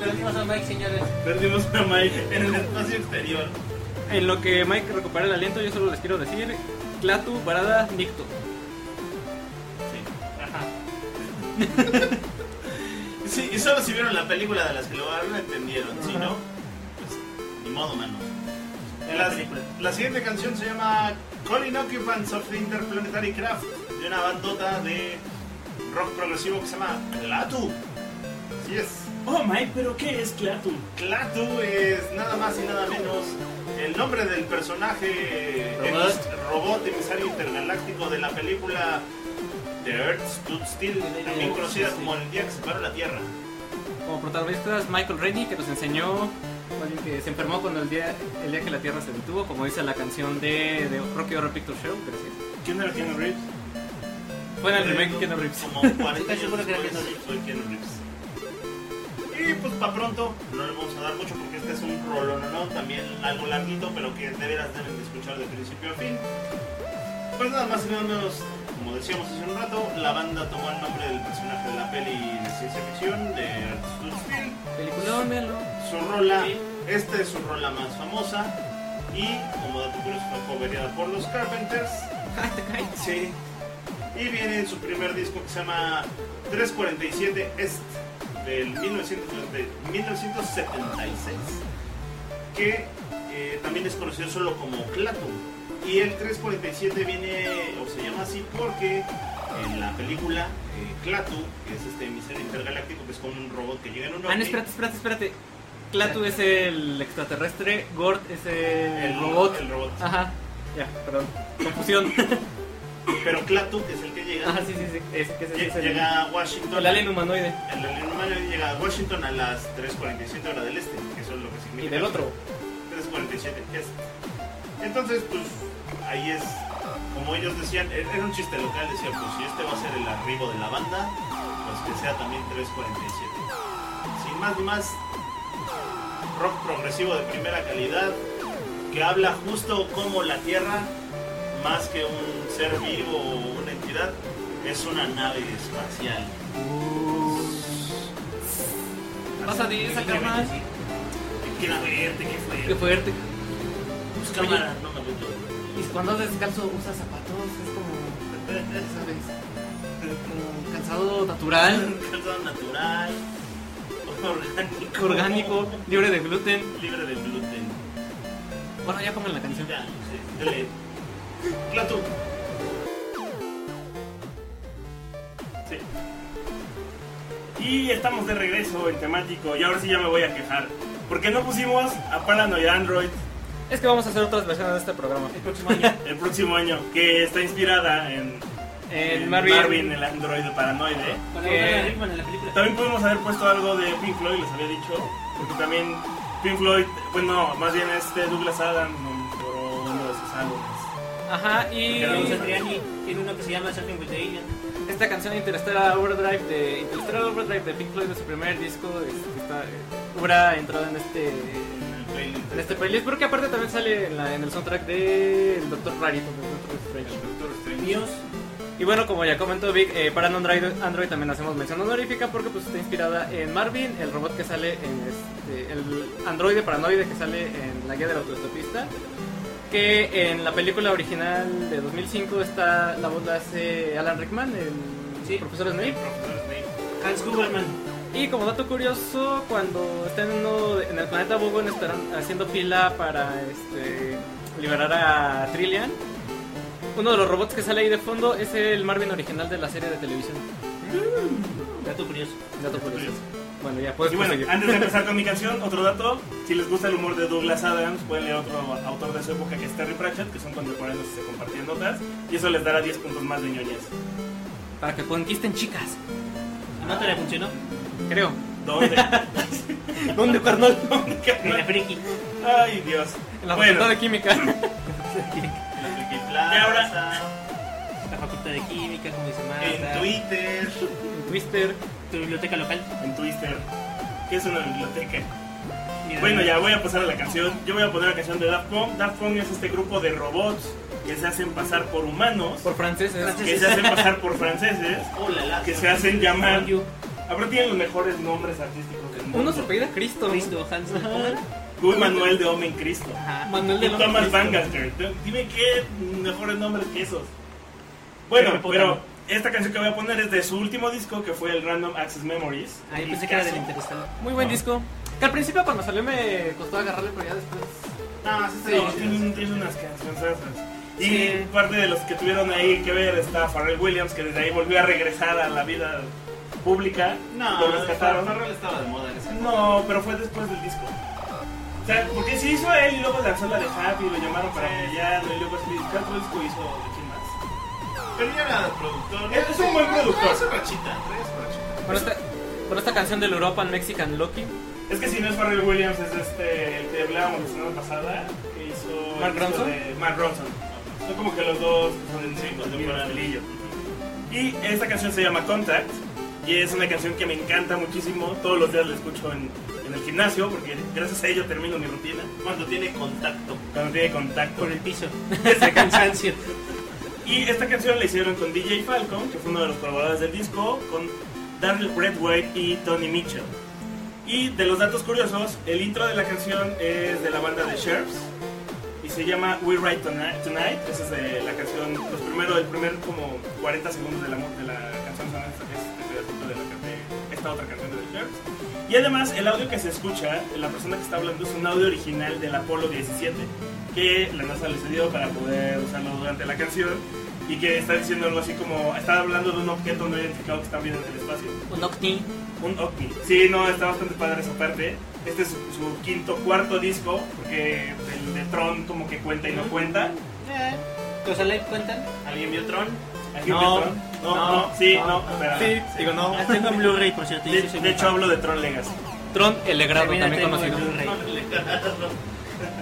Perdimos a Mike, señores.
Perdimos una Mike
En el espacio exterior.
En lo que Mike recupera el aliento, yo solo les quiero decir: Clatu, Parada, Nicto.
Sí, y solo si vieron la película de las que lo hablan entendieron, si no, pues ni modo, mano. Eh, La, la siguiente canción se llama Calling Occupants of the Interplanetary Craft, de una bandota de rock progresivo que se llama Clatu. Sí es.
Oh, Mike, pero ¿qué es Clatu?
Clatu es nada más y nada menos el nombre del personaje
Robot.
emis- robot emisario intergaláctico de la película The Earth Stood Still, también conocida como El Día que Separó la Tierra.
Como protagonistas, Michael Rennie, que nos enseñó. más bien que se enfermó cuando el día, el día que la Tierra se detuvo, como dice la canción de, de Rocky Horror Picture Show. Gracias.
¿Quién era Keanu Reeves?
Fue en el remake de Keanu Reeves.
Como 40
Estoy
años
seguro que era
después
Keanu Reeves.
fue Keanu Reeves. Y pues para pronto, no le vamos a dar mucho porque este es un rolón, ¿no? También algo larguito, pero que de veras deben de escuchar de principio a fin. Pues nada más y nada menos, como decíamos hace un rato, la banda tomó el nombre del personaje de la peli de ciencia ficción, de Arthur Field.
Peliculón, véanlo.
Su rola, esta es su rola más famosa y como dato curioso fue cobereada por los Carpenters. Sí. Y viene en su primer disco que se llama 347 Est del 1930 1976, que eh, también es conocido solo como Clatum. Y el 347 viene, o se llama así, porque en la película eh, Clatu, que es este misterio intergaláctico, que es como un robot que llega en un
Ah, no,
ovni,
espérate, espérate, espérate. Clatu es el extraterrestre, Gord es el,
el
robot. Ah.
El robot.
Ajá, ya, perdón. Confusión.
Pero Clatu, que es el que llega,
Ajá, Ah, sí, sí, sí. Es, que ese es
lle-
el,
llega a Washington.
el alien humanoide.
El alien humano llega a Washington a las 3.47 hora del este, que eso es lo que significa.
Y del otro.
3.47 es. Entonces, pues ahí es, como ellos decían, e- era un chiste local, decía, pues si este va a ser el arribo de la banda, pues que sea también 3.47. Sin más ni más, rock progresivo de primera calidad, que habla justo como la Tierra, más que un ser vivo o una entidad, es una nave espacial.
Pasa de esa cámara.
Quiero verte, que fue.
Qué fuerte.
Pues cámara, no me gustó.
Y cuando andas descalzo usas zapatos, es como. ¿Sabes? Como calzado natural.
Natural,
Calzado natural, orgánico,
orgánico, libre de gluten.
libre de gluten.
Bueno, ya comen la canción.
Ya, sí, dale. Plato.
Sí. Y estamos de regreso en temático. Y ahora sí ya me voy a quejar. Porque no pusimos a Paranoid Android
Es que vamos a hacer otras versiones de este programa.
el próximo año, que está inspirada en,
En
en
Marvin.
el androide paranoide.
Para
¿Qué?
volver a Rickman en la película.
También podemos haber puesto algo de Pink Floyd, les había dicho. Porque también Pink Floyd, bueno, más bien este Douglas Adams nombró uno de sus álbumes.
Ajá, y
Porque
Carlos
Sí.
Adriani tiene uno que se llama Something with the Alien.
esta canción Interstellar Overdrive de Interstellar Overdrive de Pink Floyd de su primer disco es- que está eh, pura entrada en este en este playlist, pero que aparte también sale en, la- en el soundtrack de El Doctor Rarito, de Doctor Strange.
Dios.
Y bueno, como ya comentó Vic, eh, para Android, Android también hacemos mención honorífica porque pues está inspirada en Marvin, el robot que sale en este, el androide paranoide que sale en la guía del autoestopista, que en la película original de 2005 está la voz la hace Alan Rickman, el
Sí.
profesor Snape.
Hans Huberman.
Y como dato curioso, cuando estén en, uno de- en el planeta Bogon estarán haciendo fila para este, liberar a Trillian. Uno de los robots que sale ahí de fondo es el Marvin original de la serie de televisión.
Dato curioso.
Dato curioso. Bueno, ya puedes
Y bueno,
proseguir.
antes de empezar con mi canción, otro dato, si les gusta el humor de Douglas Adams, pueden leer otro autor de su época que es Terry Pratchett, que son contemporáneos y se compartían notas, y eso les dará 10 puntos más de ñoñez.
Para que conquisten chicas,
¿A Mata le funcionó?
creo.
¿Dónde?
¿Dónde, carnal?
En la friki.
Ay, Dios.
En la
Bueno,
facultad de química.
La Friki
Y ahora-
Plaza.
la Facultad de Química, como dice Marta,
En Twitter,
en Twister, tu biblioteca local.
en Twister. ¿Qué es una biblioteca?
Mira,
Bueno, ya voy a pasar a la canción. Yo voy a poner la canción de Daft Punk. Daft Punk es este grupo de robots que se hacen pasar por humanos,
Por franceses.
que se hacen pasar por franceses,
hola, la
que se hacen llamar. Ahora tienen los mejores nombres artísticos del
Uno
mundo.
se apellida Cristo. ¿no?
Cristo Hansen.
Guy Manuel de Omen Cristo.
Ajá.
Manuel
Y
de
Thomas Bangaster. Dime qué mejores nombres que esos.
Pero
Bueno,
me
pero esta canción que voy a poner es de su último disco que fue el Random Access Memories.
Ah, yo pensé que era del interesado.
Muy buen
No.
disco.
Que al principio cuando salió me costó agarrarle, pero ya después.
No, sí,
Sí.
no, tiene, tiene unas canciones. Y
Sí.
parte de los que tuvieron ahí que ver está Pharrell Williams, que desde ahí volvió a regresar a la vida pública.
No,
lo rescataron.
Farrell estaba de moda en ese
No, pero fue después del disco. O sea, porque si hizo él y luego lanzó la de Happy, lo llamaron para callarlo y luego así, ¿qué otro disco hizo? ¿Quién más?
Pero ya era productor.
Es- es un buen productor.
Es rachita, trae su rachita.
Por esta, por esta canción del European Mexican Lucky.
Es que si no es Pharrell Williams, es este, el que hablábamos la semana pasada, que hizo... el
¿Mark
disco
Ronson?
de Mark Ronson. Son como que los dos son
Sí,
contemporáneos.
contemporáneo.
Y esta canción se llama Contact y es una canción que me encanta muchísimo. Todos los días la escucho en, en el gimnasio porque gracias a ello termino mi rutina
Cuando tiene contacto.
cuando tiene contacto.
Por el piso. Ese cansancio.
Y esta canción la hicieron con DJ Falcon, que fue uno de los colaboradores del disco, con Darryl Bradway y Tony Mitchell. Y de los datos curiosos, el intro de la canción es de la banda de Sheriffs y se llama We Ride Tonight. Tonight. Esa es de la canción, los primeros, el primer como 40 segundos de la, mu- de la canción son este, este pedacito de, la can- de esta otra canción de The Sheriffs. Y además, el audio que se escucha, la persona que está hablando es un audio original del Apolo 17 que la NASA le cedió para poder usarlo durante la canción y que está diciendo algo así como, está hablando de un objeto no identificado que está viendo en el espacio.
Un octi.
Un ovni. Sí, no, está bastante padre esa parte. Este es su, su quinto, cuarto disco, porque el de Tron como que cuenta y no cuenta.
Eh, ¿Los Alive cuentan?
¿Alguien vio Tron?
Aquí
No,
de Tron. no,
no,
no, sí,
no.
no, espera.
digo no.
Ah, tengo en Blu-ray, por cierto. yo
De,
sí soy
de
muy
hecho hablo de Tron Legacy.
Tron el Legrado,
También
también
la tengo
conocido.
en Blu-ray.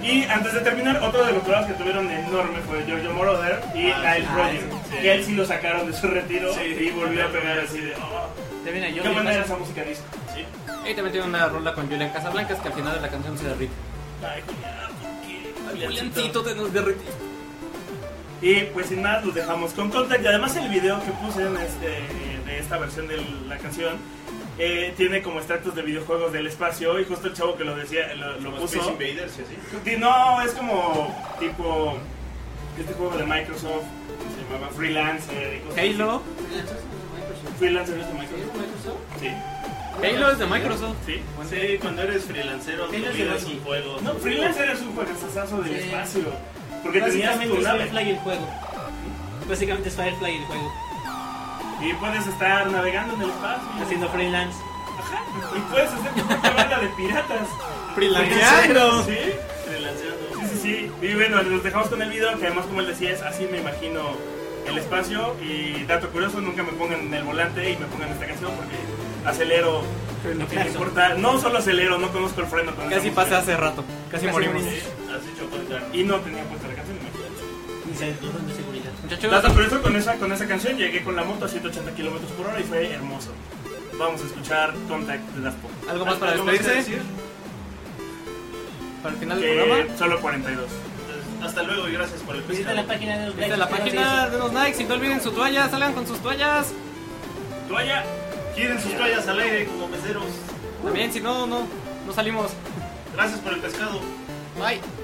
Y antes de terminar, otro de los programas que tuvieron enorme fue Giorgio Moroder y
Ah,
Nile
sí.
Rodgers,
Ah, sí.
que él sí lo sacaron de su retiro
Sí.
y volvió a pegar así de... "Oh,
También hay
¿Qué
Jordi
manera
Paz.
esa música disco?
Sí.
Y también tiene una rola con Julian Casablancas que al final de la canción se derrite.
Ay, Julián, ¿por qué?
Juliancito, te nos derretiste.
Y pues sin más, los dejamos con Contact. Y además el video que puse en este- de esta versión de la canción eh, tiene como extractos de videojuegos del espacio. Y justo el chavo que lo decía, lo, lo
Como Space
puso.
Invaders y así.
Y no, es como tipo este juego de Microsoft. que Se llamaba Freelancer. y cosas así.
Halo.
Freelancer es de Microsoft. Sí.
Halo es de Microsoft.
Sí.
Sí, cuando eres freelancero, tu
Ellos
vida
llevan-
es un juego.
No, Freelancer es un juegazazazo del
Sí.
espacio. Porque tenías tu
es
nave.
Firefly el juego. Básicamente es Firefly el juego.
Y puedes estar navegando en el espacio.
Haciendo freelance.
Y puedes hacer una banda de piratas.
Freelanceando.
Sí.
Freelancero.
Sí, sí, sí. Y bueno, nos dejamos con el video, que además, como él decía, es así me imagino el espacio. Y dato curioso, nunca me pongan en el volante y me pongan esta canción porque acelero. No me importa. No solo acelero, no conozco el freno. Con esa
Casi
música.
pasé hace rato. Casi morimos.
Sí, Has hecho contar.
Y no tenía puesta la canción, imagínate.
Y se desnudan de seguridad.
Dato
Muchachos,
curioso, con esa, con esa canción llegué con la moto a 180 kilómetros por hora y fue hermoso. Vamos a escuchar Contact de Daft Punk.
¿algo más para
¿Algo más que
despedirse?
decir?
Para el final del
Que
programa.
solo 42.
Entonces, Pues, Hasta luego y gracias por el
Visita
pescado.
la página de los
Esta es la página, denos likes y no olviden su toalla, salgan con sus toallas.
Toalla.
Quieren sus toallas al aire como meseros.
También, si no, no, no salimos.
Gracias por el pescado.
Bye.